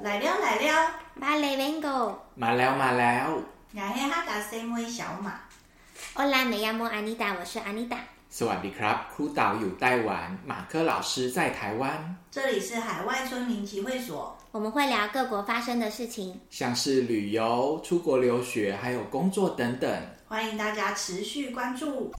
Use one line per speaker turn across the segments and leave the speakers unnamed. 来了来了，
马雷文狗，
มาแล้วมาแล้ว
雅黑哈达 C 位小马，
欧拉美亚莫安妮达，我是安妮达。
สวัสดีครับ ครูเต่าอยู่ไต้หวัน 马克老师在台湾
这里是海外村民集会所。
我们会聊各国发生的事情。
像是旅游、出国留学，还有工作等等。
欢迎大家持续关注。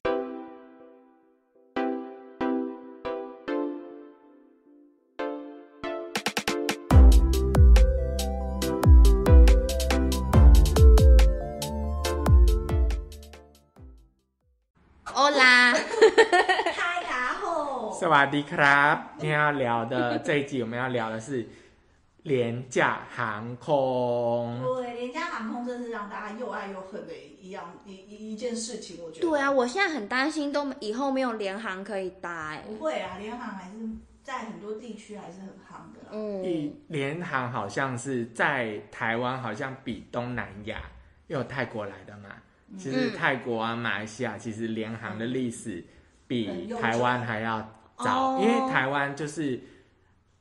欧拉，
嗨，然后
สวัสดีครับ今天要聊的这一集我们要聊的是廉价航空。
对，廉价航空真是让大家又爱又恨的一样一一一件事情，我觉得。
对啊，我现在很担心，都以后没有联航可以搭哎、
不会啊，联航还是在很多地区还是很夯的啦。
嗯，
一联航好像是在台湾，好像比东南亚又有泰国来的嘛。
嗯
其实泰国啊、马来西亚，其实联航的历史
很
比
悠久
台湾还要早，
哦
因为台湾就是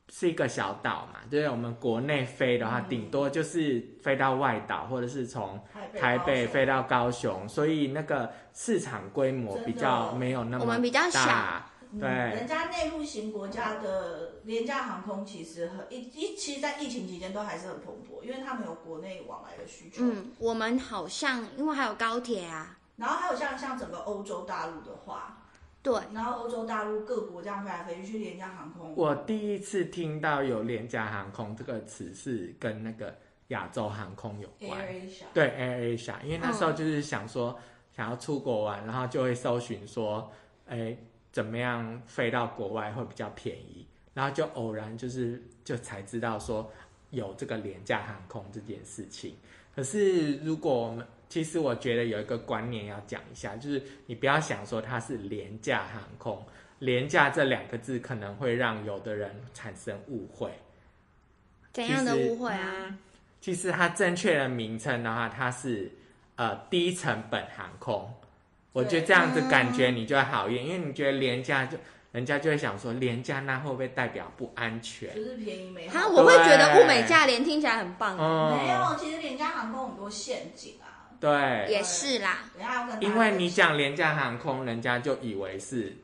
是一个小岛嘛，就是我们国内飞的话，
嗯
顶多就是飞到外岛，或者是从台
高
北
雄
飞到高雄，所以那个市场规模比较没有那么
哦我们比较小
大，
嗯
对
人家内陆型国家的廉价航空其实很一一，其实，在疫情期间都还是很蓬勃，因为他们有国内往来的需求。
嗯，我们好像因为还有高铁啊，
然后还有像像整个欧洲大陆的话，
对，
然后欧洲大陆各国这样飞来飞去，廉价航空，
我第一次听到有廉价航空这个词是跟那个亚洲航空有关，
AirAsia，
对 Air Asia，因为那时候就是想说、想要出国玩，然后就会搜寻说，哎，怎么样飞到国外会比较便宜，然后就偶然就是就才知道说有这个廉价航空这件事情。可是如果我们其实我觉得有一个观念要讲一下，就是你不要想说它是廉价航空，廉价这两个字可能会让有的人产生误会。
怎样的
其实
误会啊？
其实它正确的名称的话，它是呃低成本航空。我觉得这样子感觉你就会好一点，因为你觉得廉价就人家就会想说廉价那会不会代表不安全？
就是便宜没
哈，
好。
啊我会觉得物美价廉听起来很棒，
没
哦，
有，其实廉价航空很多陷阱啊。
对，
也是啦，
等一下要跟大家
因为你讲廉价航空，人家就以为是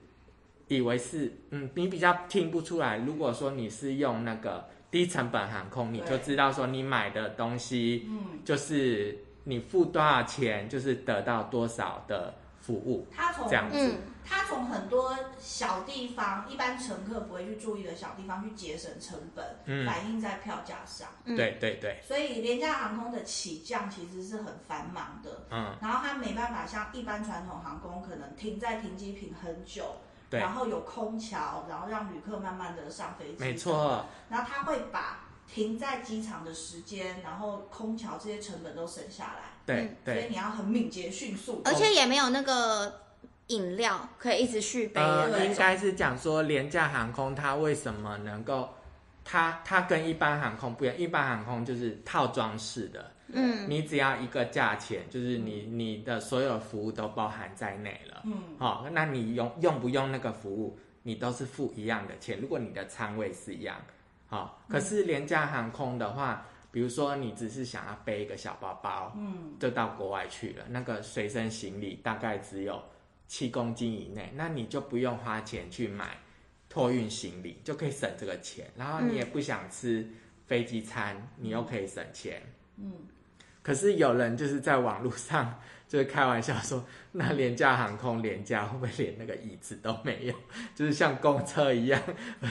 以为是嗯，你比较听不出来。如果说你是用那个低成本航空，你就
对
知道说你买的东西
嗯，
就是你付多少钱，就是得到多少的服务。
他从
这样
嗯，
他从很多小地方，一般乘客不会去注意的小地方去节省成本，
嗯
反映在票价上。
嗯
对对对，
所以廉价航空的起降其实是很繁忙的，
嗯，
然后它没办法像一般传统航空可能停在停机坪很久，
对
然后有空调，然后让旅客慢慢的上飞机，
没。错，
然后他会把停在机场的时间，然后空调这些成本都省下来，
嗯
对
所以
对。
你要很敏捷迅速。
而且也没有那个饮料可以一直续杯的
呃，
那
应
种，
该是讲说廉价航空它为什么能够，它它跟一般航空不一样，一般航空就是套装式的，
嗯，
你只要一个价钱，就是你你的所有服务都包含在内了。
嗯，
好、那你用用不用那个服务，你都是付一样的钱。如果你的仓位是一样，好、
嗯
可是廉价航空的话，比如说你只是想要背一个小包包，
嗯，
就到国外去了，那个随身行李大概只有七公斤以内，那你就不用花钱去买托运行李，就可以省这个钱。然
嗯
后你也不想吃飞机餐，你又可以省钱。
嗯，
可是有人就是在网络上 就是开玩笑说，那廉价航空廉价会不会连那个椅子都没有？ 就是像公车 一样，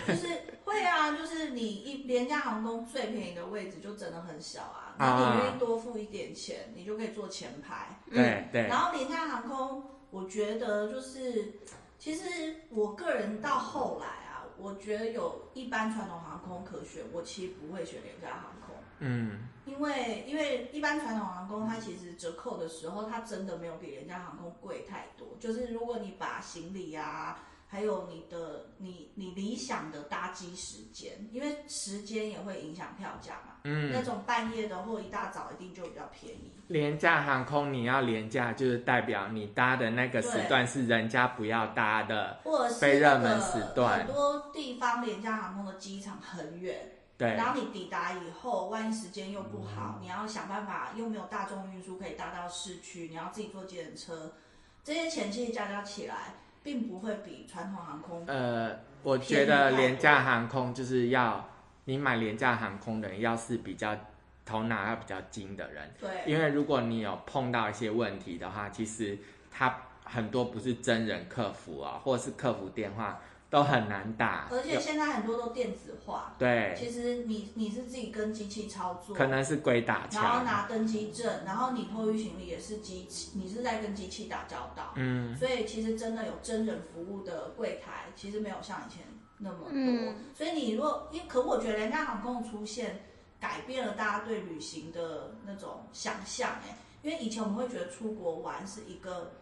就是会啊，就是你一廉价航空最便宜的位置就真的很小啊
啊，
那你愿意多付一点钱，你就可以坐前排。
对对
然，后廉价航空，我觉得就是，其实我个人到后来啊，我觉得有一般传统航空可选，我其实不会选廉价航空。
嗯，
因为因为一般传统航空，它其实折扣的时候，它真的没有比人家航空贵太多。就是如果你把行李啊，还有你的你你理想的搭机时间，因为时间也会影响票价嘛。
嗯
那种半夜的或一大早一定就比较便宜。
廉价航空你要廉价，就是代表你搭的那个时段是人家不要搭的，
或者是
非
那
热门时
个
段
很多地方廉价航空的机场很远，
对嗯
然后你抵达以后，万一时间又不好，你要想办法，又没有大众运输可以搭到市区，你要自己坐计程车，这些钱其实加加起来，并不会比传统航空
呃，我觉
啊
得廉价航空就是要你买廉价航空的人，要是比较头脑要比较精的人，
对。
因为如果你有碰到一些问题的话，其实它很多不是真人客服啊、或者是客服电话都很难打，
而且
啊有
现在很多都电子化，
对，
其实你你是自己跟机器操作，
可能是鬼打
然后
墙，
拿登机证，然后你托运行李也是机器，你是在跟机器打交道，
嗯，
所以其实真的有真人服务的柜台，其实没有像以前那么多。
嗯
所以你如果，因可我觉得廉价航空的出现改变了大家对旅行的那种想象，哎，因为以前我们会觉得出国玩是一个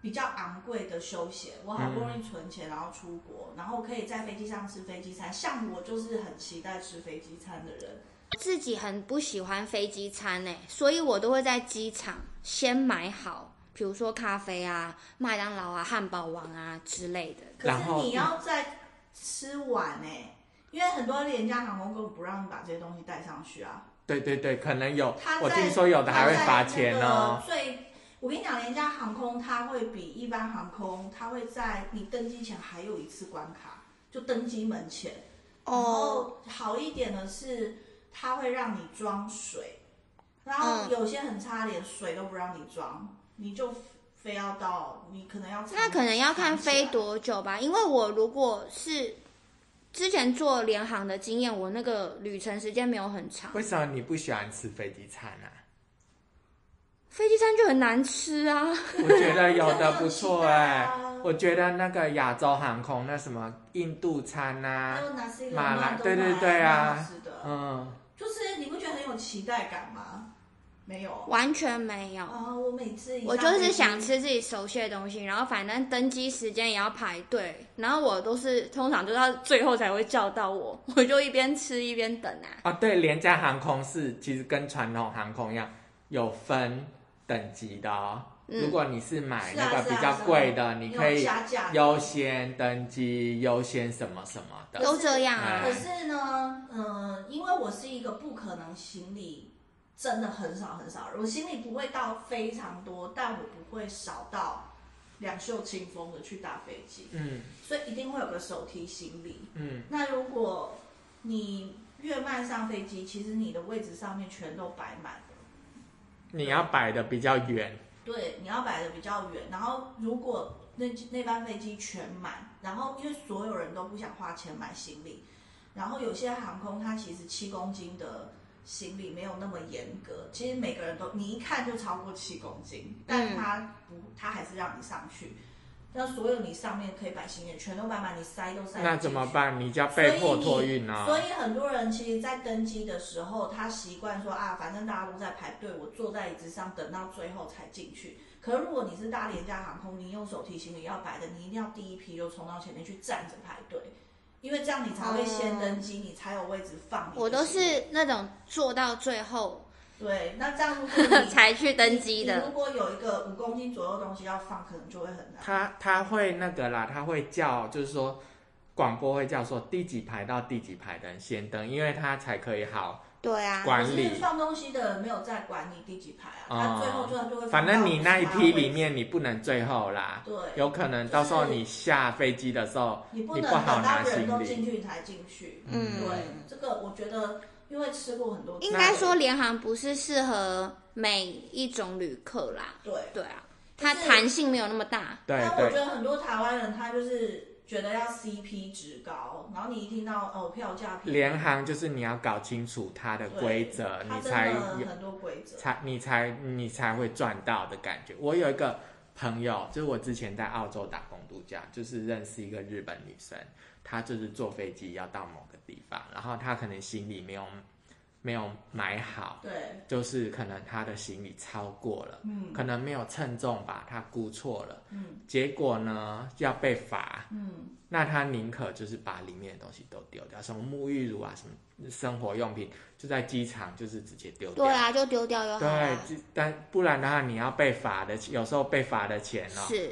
比较昂贵的休闲，我好不容易存钱然后出国，然后可以在飞机上吃飞机餐，像我就是很期待吃飞机餐的人。
自己很不喜欢飞机餐诶、所以我都会在机场先买好，比如说咖啡啊、麦当劳啊、汉堡王啊之类的。
可
然
是
后嗯
你要在吃完哎、因为很多廉价航空根本不让你把这些东西带上去啊。
对对对，可能有
他，
我
在
听说有的还会罚钱哦，。
所以我跟你讲，廉价航空它会比一般航空，它会在你登机前还有一次关卡，就登机门前。然
哦，
后好一点的是，它会让你装水，然后
嗯
有些很差，连水都不让你装，你就非要到，你可能要
那可能要看飞
多。
多久吧，因为我如果是之前做联航的经验，我那个旅程时间没有很长，
为什么你不喜欢吃飞机餐 啊？
飞机餐就很难吃啊。
我觉得有的不错哎、
我觉得很期待啊
我觉得那个亚洲航空那什么印度餐
还
呐、
有哪些
马来
都
对对
蛮
对啊
蛮好吃的，
嗯，
就是你不觉得很有期待感吗？没有啊、
完全没有。
我每次一
我
上
就是
飞机
想吃自己熟悉的东西，然后反正登机时间也要排队，然后我都是通常都到最后才会叫到我， 我就一边吃一边等啊。
啊，对，廉价航空是其实跟传统航空一样有分等级的哦。
嗯
如果你是买
是啊
那个
是啊
比较
是啊
贵的，你可
有
以
加价的
优先登机、优先什么什么的。
都这样
哎
啊
可是呢，呃，因为我是一个不可能行李真的很少很少，我行李不会到非常多，但我不会少到两袖清风的去搭飞机，
嗯
所以一定会有个手提行李。
嗯，
那如果你越慢上飞机，其实你的位置上面全都摆满了。
你要摆的比较远，
对，你要摆的比较远。然后如果那那班飞机全满，然后因为所有人都不想花钱买行李，然后有些航空它其实七公斤的行李没有那么严格，其实每个人都你一看就超过七公斤，但它
嗯
不，它还是让你上去。那所有你上面可以摆行李，全都摆满，你塞都塞不
那怎么
进去？
办？你就要
所以
被迫
你
托运啊。
所以很多人其实，在登机的时候，他习惯说啊，反正大家都在排队，我坐在椅子上等到最后才进去。可是如果你是搭廉价航空，你用手提行李要摆的，你一定要第一批就冲到前面去站着排队，因为这样你才会先登机，你才有位置放你的行李。
我都是那种做到最 后
对，那这样如果你
才去登机
你如
的。
果有一个五公斤左右的东西要放，可能就会很难。
他他会那个啦，他会叫，就是说广播会叫说第几排到第几排的人先登，因为他才可以好
对啊，
管
可
理
是。放东西的人没有在管你第几排啊，他
哦
最后就他就会放
反正
到
你
其
那一
他位
批里
置
面，你不能最后啦。
对
有可能到时候你下飞机的时候，
你不
你
能
不好
等
拿
到人
行
都进
李。
去你才进去。
嗯
对，这个我觉得，因为吃过很多次，
应该说联航不是适合每一种旅客啦。
对。
对啊，它
就是
弹性没有那么大。
对
但我觉
对，
得很多台湾人他就是觉得要 CP 值高，然后你一听到哦票价便宜，
联航就是你要搞清楚它的
对
规则，
它
你
真
才
的
有
很多规则。
才你才你才会赚到的感觉。我有一个朋友，就是我之前在澳洲打工度假，就是认识一个日本女生，她就是坐飞机要到某个地方，然后她可能行李没有没有买好，
对，
就是可能她的行李超过了，
嗯
可能没有称重吧，她估错了，
嗯
结果呢要被罚，
嗯，
那他宁可就是把里面的东西都丢掉，什么沐浴乳啊，什么生活用品，就在机场就是直接丢掉。
对啊，就丢掉就好
对
了。，
这但不然的话，你要被罚的，有时候被罚的钱哦，
是，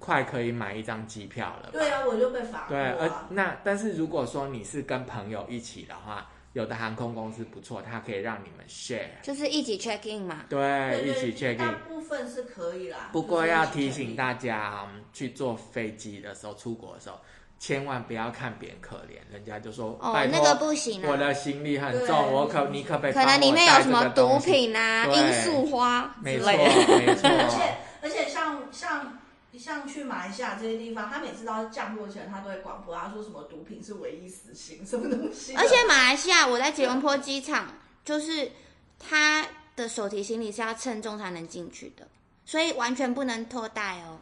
快可以买一张机票了吧？
啊对啊，我就被罚过
对，而
啊。
那但是如果说你是跟朋友一起的话，有的航空公司不错，它可以让你们 share，
就是一起 check in 嘛。
对，
对
一起 check
大
in。
部分是可以啦。
不过
就是
要
一起
提
check
醒
in
大家，嗯去坐飞机的时候，出国的时候，千万不要看别人可怜，人家就说
哦
拜，
那
托
个不行
我
啊，
的行李很
对
重，我可你可不可以
可能
帮
里
我
面有
带
什
这
么
个
毒
东西？
品啊、
对
罂粟花
没
之
错，
类的。
没
而且
错，
而且像像像去马来西亚这些地方，他每次到降落前，他都会广播，啊他说什么毒品是唯一死刑，什么东西的。
而且马来西亚，我在吉隆坡机场，就是他的手提行李是要称重才能进去的，所以完全不能拖带哦。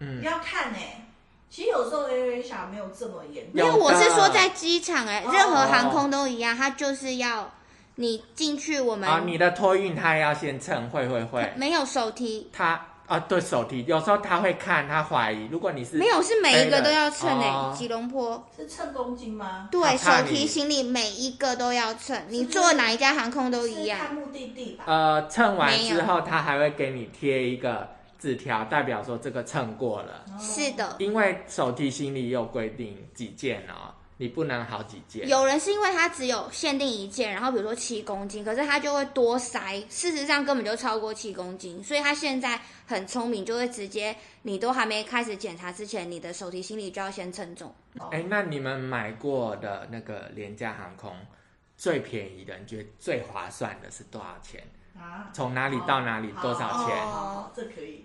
嗯，
要看哎、其实有时候 A A 小没有这么严
没
重，
有，
有
我是
的
说在机场哎、
哦
任何航空都一样，它就是要你进去，我们、
啊，你的托运他也要先称，会会会，
没有手提，
他啊对手提，有时候他会看，他怀疑，如果你是
没有是每一个都要称哎、
哦
吉隆坡。
是称公斤吗？
对，手
怕你
提行李每一个都要称，你
是不是
坐哪一家航空都一
是
样。
看目的地吧。
呃，称完
没有
之后，他还会给你贴一个字条，代表说这个称过了。
哦
是，的，
因为手提行李有规定几件哦，你不能好几件。
有人是因为他只有限定一件，然后比如说七公斤，可是他就会多塞，事实上根本就超过七公斤，所以他现在很聪明，就会直接你都还没开始检查之前，你的手提行李就要先称重。
哦
哎，那你们买过的那个廉价航空最便宜的，你觉得最划算的是多少钱？
啊，
从哪里到哪里
好
多少
哦
钱？
好好好这可以。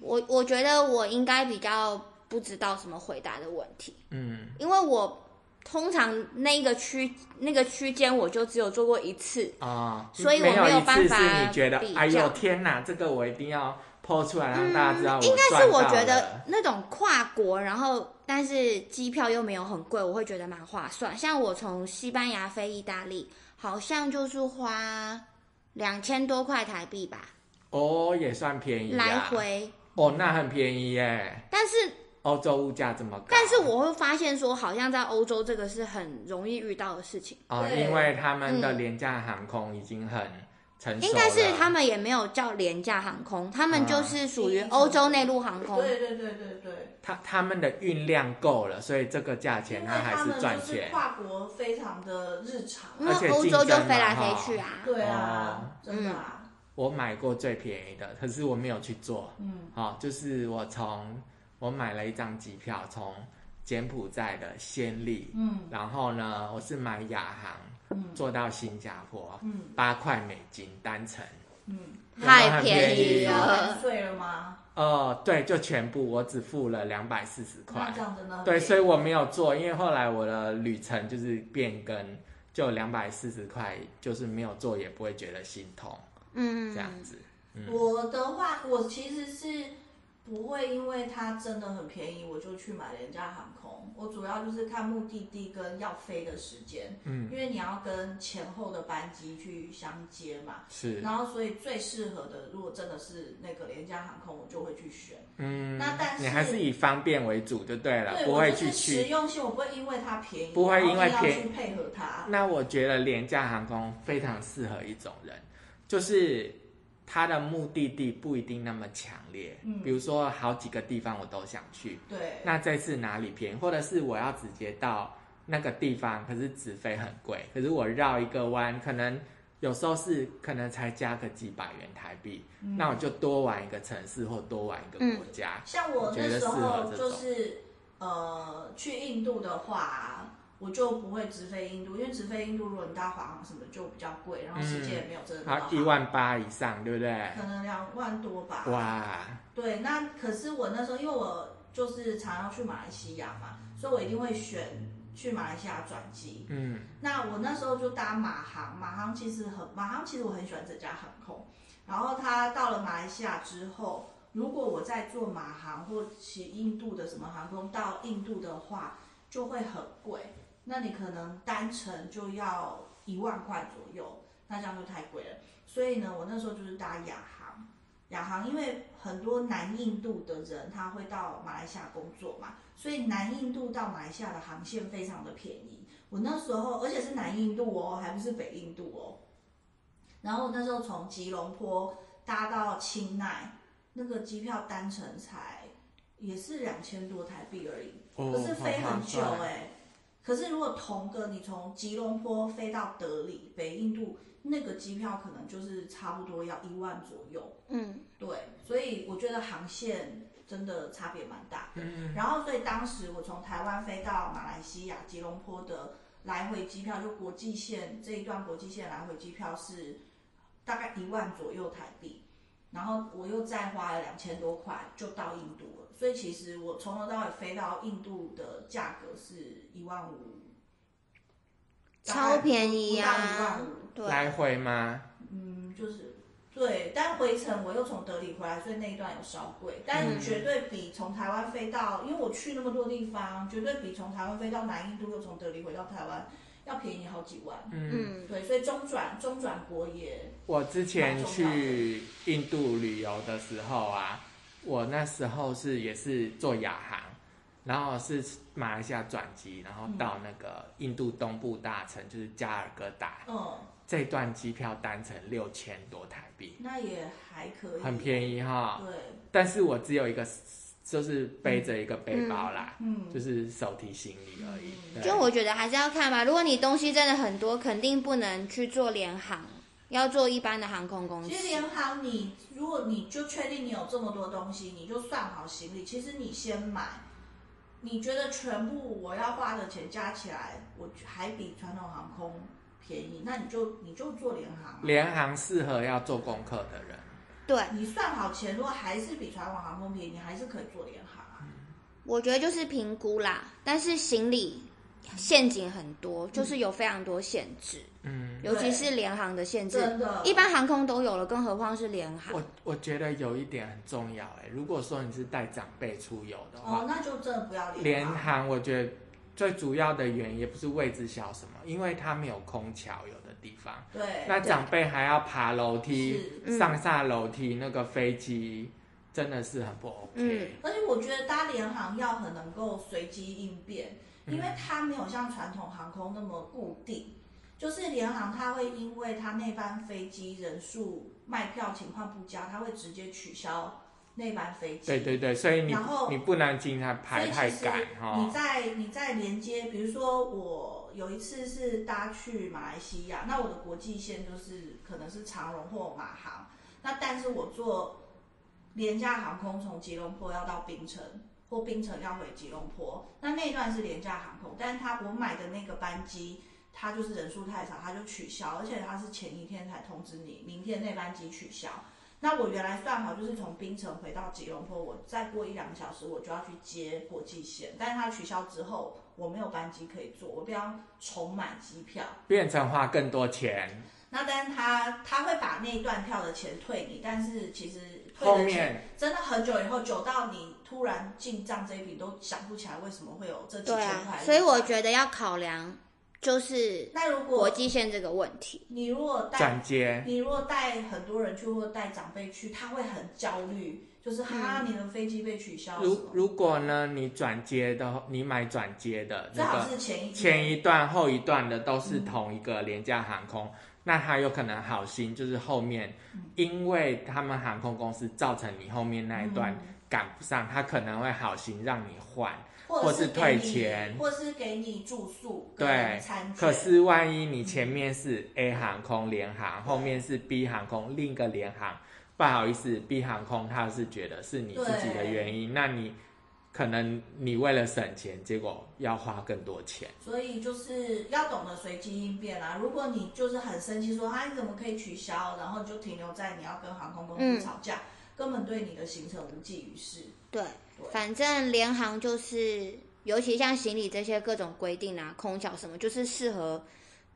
我我觉得我应该比较不知道怎么回答的问题，
嗯，
因为我通常那个区那个区间我就只有做过一次，
啊、
所以我
没
没有
一
办
次
法
是你觉得
比，较嗯
哎呦天哪，这个我一定要剖出来让大家知道、
应该是我
赚到
觉得
了
那种跨国，然后但是机票又没有很贵，我会觉得蛮划算。像我从西班牙飞意大利，好像就是花两千多块台币吧，
哦，也算便宜、啊，
来回。
哦，那很便宜耶。
但是
欧洲物价这么高，
但是我会发现说，好像在欧洲这个是很容易遇到的事情，
哦，
对
因为他们的
嗯
廉价航空已经很成熟了，嗯
应该是他们也没有叫廉价航空，他们就是属于欧洲内陆航空。
对对对对对，
他他们的运量够了，所以这个价
因
钱
为
他还
他们
赚
就是
钱。
跨国非常的日常啊。
因为欧洲就飞来飞去啊，
对
哦
啊，真的啊，
我买过最便宜的，可是我没有去做。
嗯，
好、就是我从我买了一张机票，从柬埔寨的暹粒，
嗯
然后呢，我是买亚航
嗯
坐到新加坡，
嗯
八块美金单程。
嗯，
太
便
宜
宜
了。
碎了吗？
哦，对，就全部我只付了两百四十块
那。这样真的很
对，
便宜
所以我没有做，因为后来我的旅程就是变更，就两百四十块，就是没有做也不会觉得心痛
嗯
这，样子。
我的话，我其实是不会因为它真的很便宜，我就去买廉价航空。我主要就是看目的地跟要飞的时间，
嗯，
因为你要跟前后的班机去相接嘛。
是，
然后，所以最适合的，如果真的是那个廉价航空，我就会去选。
嗯，
那但
你
是
还是以方便为主就对了，
对，
不
我
会
就
去
是实
去。
用性，我不会因为它便宜，
不会因
然
为
后硬要
便
去配合它。
那我觉得廉价航空非常适合一种人，就是它的目的地不一定那么强烈，
嗯
比如说好几个地方我都想去，
对，
那这次哪里便宜，或者是我要直接到那个地方，可是直飞很贵，可是我绕一个弯，可能有时候是可能才加个几百元台币，
嗯
那我就多玩一个城市或多玩一个国家。
像我
觉
那
得
时
适合
候
这
就
种
是呃去印度的话，我就不会直飞印度，因为直飞印度如果你搭华航什么就比较贵，然后
嗯
时间也没有真的那么
好
好，
一万八以上，对不对？
可能两万多吧。
哇，
对，那可是我那时候因为我就是常要去马来西亚嘛，所以我一定会选去马来西亚转机。
嗯，
那我那时候就搭马航，马航其实很，马航其实我很喜欢这家航空。然后他到了马来西亚之后，如果我在坐马航或骑印度的什么航空到印度的话，就会很贵。那你可能单程就要一万块左右，那这样就太贵了。所以呢，我那时候就是搭亚航。亚航因为很多南印度的人他会到马来西亚工作嘛，所以南印度到马来西亚的航线非常的便宜。我那时候，而且是南印度哦，还不是北印度哦。然后我那时候从吉隆坡搭到清奈，那个机票单程才也是两千多台币而已，
哦
可是飞很久
好划算
哎、可是如果同个你从吉隆坡飞到德里、北印度，那个机票可能就是差不多要一万左右。
嗯，
对，所以我觉得航线真的差别蛮大的。然后，所以当时我从台湾飞到马来西亚吉隆坡的来回机票，就国际线这一段国际线来回机票是大概一万左右台币，然后我又再花了两千多块就到印度了。所以其实我从头到尾飞到印度的价格是一万五，
超便宜
呀、一
啊
万五。，
对，
来回吗？
嗯，就是对，但回程我又从德里回来，所以那一段有稍贵，但绝对比从台湾飞到，因为我去那么多地方，绝对比从台湾飞到南印度又从德里回到台湾要便宜好几万。
嗯，
对，所以中转中转国也
我之前去印度旅游的时候啊，我那时候是也是坐亚航，然后是马来西亚转机，然后到那个印度东部大城，就是加尔各答，
嗯，
这段机票单程六千多台币，
那也还可以，
很便
宜。
宜啊哈。
嗯对，
但是我只有一个，就是背着一个背包啦，
嗯，
就是手提行李而已。对
就我觉得还是要看吧。如果你东西真的很多，肯定不能去做联航，要做一般的航空公司
其。实联航你如果你就确定你有这么多东西，你就算好行李，其实你先买。你觉得全部我要花的钱加起来，我还比传统航空便宜，那你就你就做联航、啊。
联航适合要做功课的人。
对，
你算好钱，如果还是比传统航空便宜，你还是可以做联航啊。
嗯
我觉得就是评估啦，但是行李陷阱很
嗯
多，就是有非常多限制，
嗯，
尤其是联航的限制，
真的，
一般航空都有了，更何况是联航
我。我觉得有一点很重要哎，如果说你是带长辈出游的话，
哦，那就真的不要联
联
航。
航我觉得最主要的原因也不是位置小什么，因为它没有空调，有的地方，
对，
那长辈还要爬楼梯、
是。
嗯
上下楼梯，那个飞机真的是很不 OK。
嗯
而且我觉得搭联航要很能够随机应变，
嗯
因为它没有像传统航空那么固定。就是联航，它会因为它那班飞机人数、卖票情况不佳，它会直接取消那班飞机。
对对对，所以你
然后
你不能经常
所
排
以
太
其实
赶
你
哦。
在你在连接，比如说我有一次是搭去马来西亚，那我的国际线就是可能是长荣或马航，那但是我坐廉价航空从吉隆坡要到槟城，或槟城要回吉隆坡，那那一段是廉价航空，但是他我买的那个班机。它就是人数太少，它就取消，而且它是前一天才通知你，明天那班机取消。那我原来算好就是从槟城回到吉隆坡，我再过一两个小时我就要去接国际线，但是它取消之后，我没有班机可以坐，我不要重买机票。
变成花更多钱，
那但是他他会把那一段票的钱退你，但是其实退
后
的钱
面
真的很久以后，久到你突然进账这一笔都想不起来为什么会有这几
对
千
啊
块。，
所以我觉得要考量就是
那如
国
果
际线这个问题。
你如果带
转接。
你如果带很多人去或带长辈去，他会很焦虑，就是哈、
嗯
你的飞机被取消什
如
么，
如果呢，你转接的，你买转接的
最
那个
好是前一天
前一段、后一段的都是同一个廉价航空，那他有可能好心就是后面，因为他们航空公司造成你后面那一
嗯
段赶不上，他可能会好心让你换。
或
或是
给
退
你
钱
或是给你住宿跟
对
餐券。嗯
可是万一你前面是 A 航空联航，后面是 B 航空另一个联航，不好意思，B 航空他是觉得是你自己的
对
原因，那你可能你为了省钱，结果要花更多钱。
所以就是要懂得随机应变啦。如果你就是很生气说，哎，你怎么可以取消？然后你就停留在你要跟航空公
嗯
司吵架，根本对你的行程无济于事。
对，
对
反正联航就是，尤其像行李这些各种规定啊、空调什么，就是适合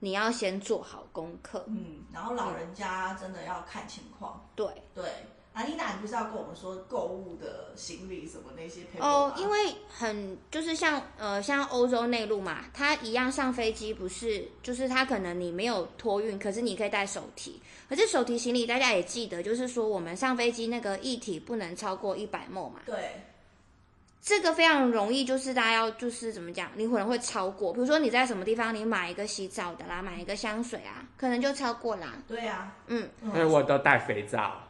你要先做好功课。
嗯，然后老人家真的要看情况。
对。
对，安妮娜，你不是要跟我们说购物的行李什么那些配
哦，因
为
为很就是像呃像欧洲内陆嘛，它一样上飞机不是，就是它可能你没有托运，可是你可以带手提。可是手提行李大家也记得，就是说我们上飞机那个一体不能超过一百 m 嘛，
对
这个非常容易，就是大家要就是怎么讲，你可能会超过。比如说你在什么地方，你买一个洗澡的啦，买一个香水啊，可能就超过啦。
对啊，
嗯，
嗯
所以我都带肥皂。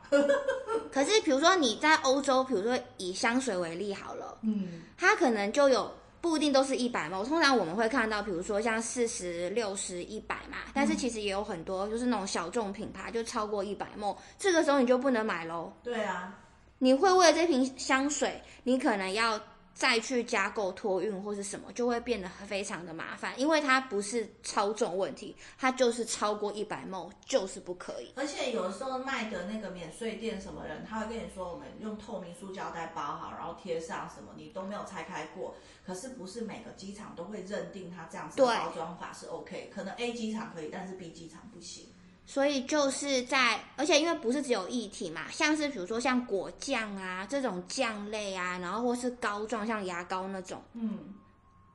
可是比如说你在欧洲，比如说以香水为例好了，
嗯，
它可能就有。不一定都是一百嘛，我通常我们会看到，比如说像四十六十一百嘛，但是其实也有很多就是那种小众品牌就超过一百梦，这个时候你就不能买喽。
对啊，
你会为了这瓶香水，你可能要再去加购托运或是什么，就会变得非常的麻烦，因为它不是超重问题，它就是超过一百梦就是不可以。
而且有时候卖的那个免税店什么人，他会跟你说我们用透明塑胶袋包好，然后贴上什么，你都没有拆开过。可是不是每个机场都会认定它这样子的
对
包装法是 OK，可能 A 机场可以，但是 B 机场不行。
所以就是在，而且因为不是只有液体嘛，像是比如说像果酱啊这种酱类啊，然后或是膏状像牙膏那种，
嗯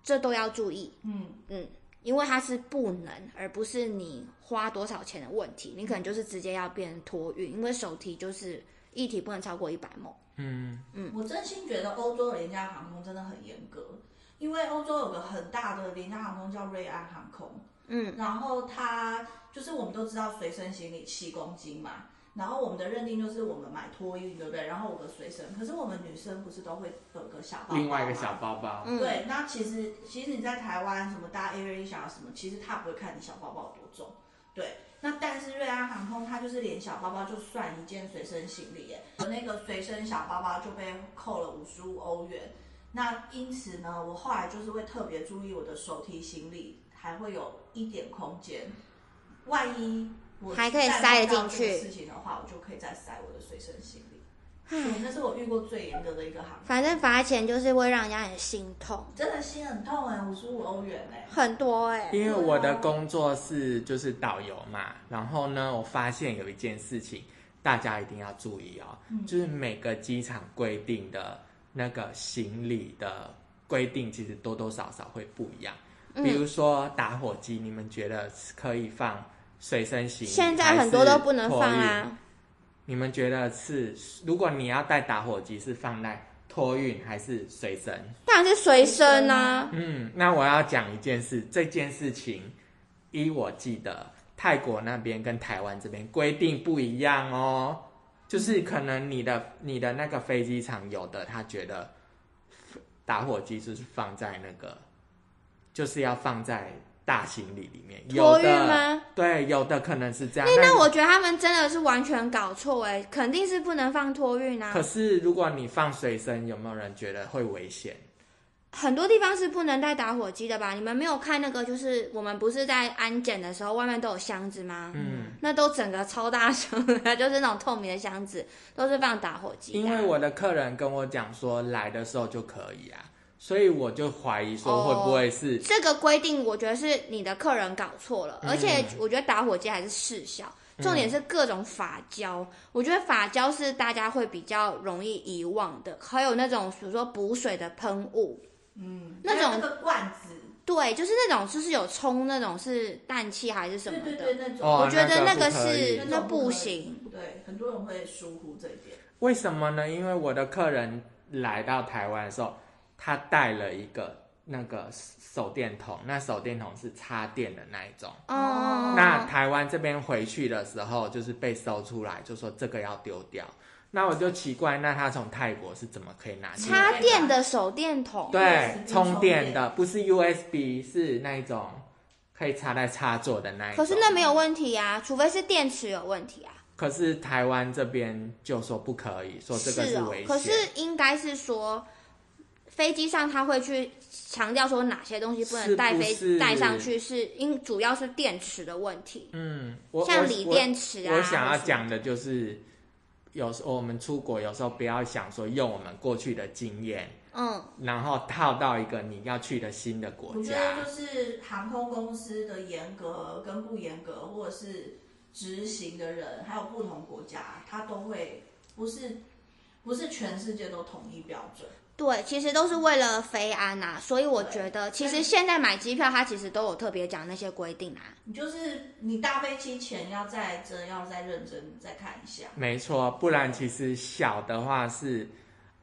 这都要注意。
嗯，
嗯，因为它是不能，而不是你花多少钱的问题，你可能就是直接要变成托运，因为手提就是一体不能超过一百亩。
嗯，
我真心觉得欧洲的廉价航空真的很严格，因为欧洲有个很大的廉价航空叫瑞安航空，
嗯，
然后它就是我们都知道随身行李七公斤嘛，然后我们的认定就是我们买托运，对不对？然后我的随身，可是我们女生不是都会有个小包包吗
另外一个小包包，
哦嗯
对，那其实其实你在台湾什么搭 AirAsia 什么，其实他不会看你小包包有多重，对。那但是瑞安航空它就是连小包包就算一件随身行李耶，我那个随身小包包就被扣了五十五欧元。那因此呢，我后来就是会特别注意我的手提行李还会有一点空间，万一我
还可以
再
塞
遇
得
到
进
这个
去
事情的话，我就可以再塞我的随身行李。对，那是我遇过最严格的一个航空，
反正罚钱就是会让人家很心痛，
真的心很痛哎，五十五欧元哎。
很多哎、
因为我的工作是就是导游嘛，然后呢，我发现有一件事情大家一定要注意哦，
嗯
就是每个机场规定的那个行李的规定，其实多多少少会不一样。
嗯
比如说打火机，你们觉得可以放随身行李？
现在很多都不能放
还是托运。
啊，
你们觉得是，如果你要带打火机，是放在托运还是随身？
当然是随身啊。
嗯，那我要讲一件事，这件事情依我记得，泰国那边跟台湾这边规定不一样哦，就是可能你的你的那个飞机场有的，他觉得打火机就是放在那个，就是要放在大行李里面，有
托运
的
吗？
对，有的可能是这样。
那
但
那我觉得他们真的是完全搞错哎、肯定是不能放托运啊
可，是如果你放随身，有没有人觉得会危险？
很多地方是不能带打火机的吧？你们没有看那个，就是我们不是在安检的时候，外面都有箱子吗？
嗯。
那都整个超大箱的， 就是那种透明的箱子，都是放打火机的。啊
因为我的客人跟我讲说来的时候就可以啊，所以我就怀疑
哦
说会不会是、
这个规定，我觉得是你的客人搞错了，而且我觉得打火机还是事小，重点是各种发胶。我觉得发胶是大家会比较容易遗忘的，还有那种比如说补水的喷雾，
嗯，
那
还有
种
那个罐子，
对，就是那种就是有冲那种是氮气还是什么
对
的，
对对，那种、
哦
我觉得
那
那
个
个
不可以
是那
种不
不
可以
行。。
对，很多人会疏忽这一点。
为什么呢？因为我的客人来到台湾的时候，他带了一个那个手电筒，那手电筒是插电的那一种。
哦，
那台湾这边回去的时候，就是被搜出来，就说这个要丢掉。那我就奇怪，那他从泰国是怎么可以拿进来
插
的？
电的手电筒，
对，
USB
充
充
电
电
的不是 USB，是那一种可以插在插座的那一种。
可是那没有问题啊，除非是电池有问题啊。
可是台湾这边就说不可以，说这个
是哦
危险。，
可是应该是说，飞机上他会去强调说哪些东西不能带飞
是不是
带上去是，因主要是电池的问题，
嗯，我
像
我
锂电池啊。
我，我想要
或是
讲的就是，有时候我们出国，有时候不要想说用我们过去的经验，
嗯，
然后套到一个你要去的新的国
我觉
家
得。就是航空公司的严格跟不严格，或者是执行的人，还有不同国家，他都会不是不是全世界都统一标准。
对，其实都是为了飞安呐、所以我觉得其实现在买机票，它其实都有特别讲那些规定啊。
你就是你搭飞机前要再真的要再认真再看一下。
没错，不然其实小的话是，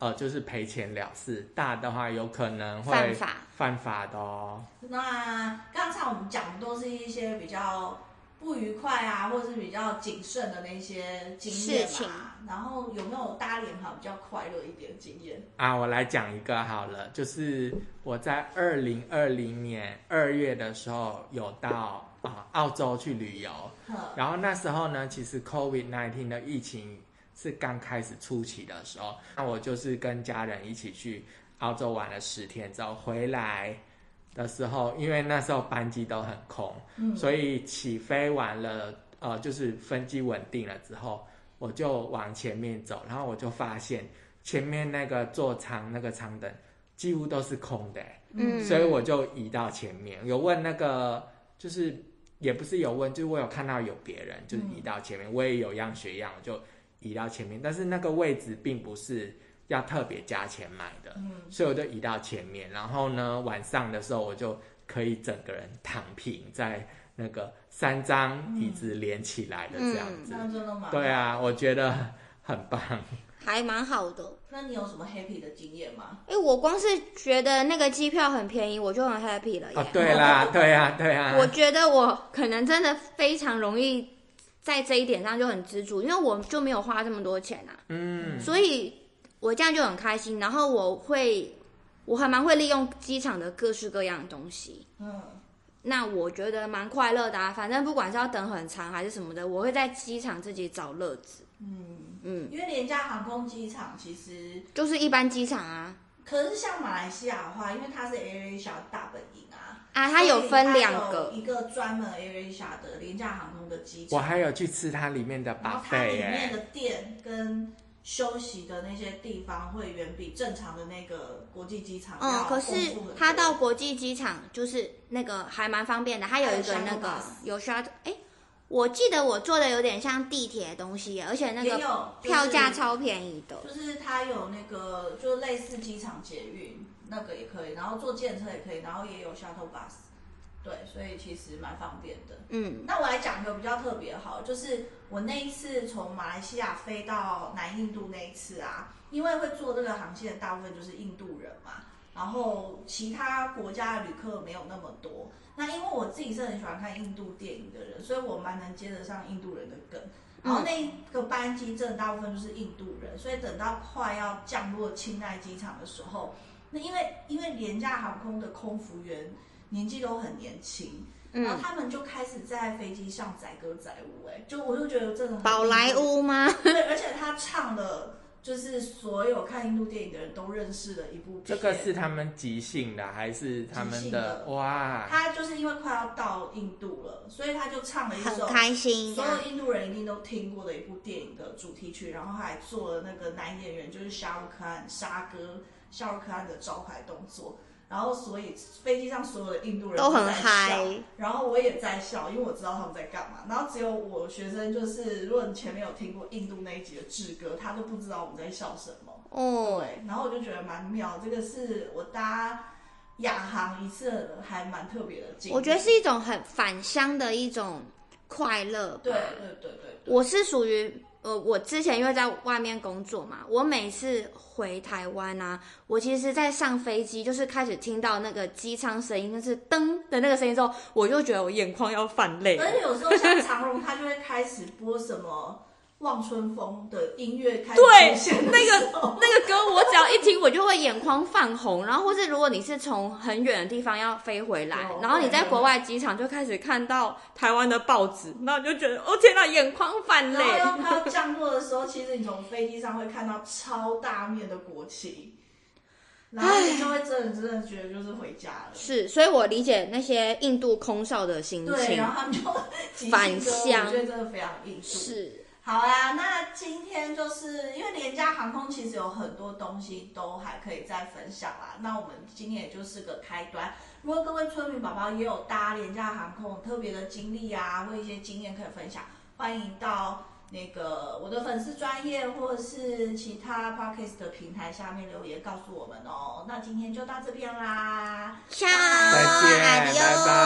呃，就是赔钱了事；大的话有可能会
犯法
犯法的哦。
那刚才我们讲的都是一些比较不愉快啊，或者是比较谨慎的那些经验
事情
嘛。然后有没有搭脸好比较快乐一点的经验？
啊，我来讲一个好了，就是我在二零二零年二月的时候有到啊澳洲去旅游，
呵，
然后那时候呢，其实 COVID 1 9的疫情是刚开始初期的时候，那我就是跟家人一起去澳洲玩了十天之后回来的时候，因为那时候班机都很空，
嗯，
所以起飞完了，呃，就是分机稳定了之后，我就往前面走，然后我就发现前面那个座舱那个舱等几乎都是空的、
嗯
所以我就移到前面，有问那个就是也不是有问，就是我有看到有别人就是
嗯
移到前面，我也有样学样，我就移到前面，但是那个位置并不是要特别加钱买的，
嗯
所以我就移到前面，然后呢晚上的时候我就可以整个人躺平在那个三张椅子连起来的这样子，
那真的吗？
对。啊，我觉得很棒。
还蛮好的。
那你有什么 happy 的经验吗？
哎、我光是觉得那个机票很便宜，我就很 happy 了耶。
哦，对啦，对啊，对啊，
我觉得我可能真的非常容易在这一点上就很知足，因为我就没有花这么多钱啊，
嗯。
所以我这样就很开心。然后我会，我还蛮会利用机场的各式各样的东西。
嗯，
那我觉得蛮快乐的啊，反正不管是要等很长还是什么的，我会在机场自己找乐子。嗯嗯，
因为廉价航空机场其实，
就是一般机场啊
可是像马来西亚的话，因为它是 AirAsia 大本营啊，
啊，它有分两
所以它有
个，
一个专门 AirAsia 的廉价航空的机
我
场，
还有去吃它里面的
然
巴
后哦它
菲
里面
啊耶，
的店跟休息的那些地方会远比正常的那个国际机场
嗯，
要
可是
丰富很
它
多
到国际机场就是那个还蛮方便的，它有一个那个有 shuttle，哎，我记得我坐的有点像地铁的东西耶，而且那
也
个
有
票价，
就是
超便宜的。
就是它有那个，就是类似机场捷运那个也可以，然后坐电车也可以，然后也有 shuttle bus，对，所以其实蛮方便的。
嗯
那我来讲一个比较特别好，就是我那一次从马来西亚飞到南印度那一次啊，因为会坐这个航线的大部分就是印度人嘛，然后其他国家的旅客没有那么多。那因为我自己是很喜欢看印度电影的人，所以我蛮能接得上印度人的梗。
嗯
然后那个班机真的大部分就是印度人，所以等到快要降落清奈机场的时候，那因为因为廉价航空的空服员年纪都很年轻，然后
嗯，
他们就开始在飞机上载歌载舞、哎，就我就觉得真的很
宝莱坞吗？
对，而且他唱了就是所有看印度电影的人都认识的一部片，
这个是他们即兴的还是他们
即兴的
哇？
他就是因为快要到印度了，所以他就唱了一
很
首
开心啊这
所
样
有印度人一定都听过的一部电影的主题曲，然后他还做了那个男演员就是沙鲁克汗沙哥沙鲁克汗的招牌动作，然后所以飞机上所有的印度人
都很
在笑
嗨。
然后我也在笑，因为我知道他们在干嘛。然后只有我学生就是，如果你前面有听过印度那一集的志哥，他都不知道我们在笑什么。
哦，
对，然后我就觉得蛮妙，这个是我搭亚航一次还蛮特别的经历。
我觉得是一种很返乡的一种快乐吧。
对对对对对，
我是属于呃，我之前因为在外面工作嘛，我每次回台湾啊，我其实，在上飞机就是开始听到那个机舱声音，就是噔的那个声音之后，我就觉得我眼眶要泛泪了。
而且有时候像长荣，他就会开始播什么《望春风》的音乐开始
对
出现的
那个
时候
那个歌我只要一听，我就会眼眶泛红。然后，或是如果你是从很远的地方要飞回来
哦，
然后你在国外机场就开始看到台湾的报纸，那你就觉得哦天哪，眼眶泛泪。
然后要快要降落的时候，其实你从飞机上会看到超大面的国旗，然后你就会真的真的觉得就是回家了。
是，所以我理解那些印度空少的心
对，
情
然。后他们就即兴歌
返乡
我觉得真的非常印度。
是，
好啦，那今天就是因为廉价航空其实有很多东西都还可以再分享啦。那我们今天也就是个开端。如果各位村民宝宝也有搭廉价航空特别的经历啊，或一些经验可以分享，欢迎到那个我的粉丝专业或者是其他 podcast 的平台下面留言告诉我们哦。那今天就到这边啦，
下
拜
拜
阿
拜
迪
拜
欧
拜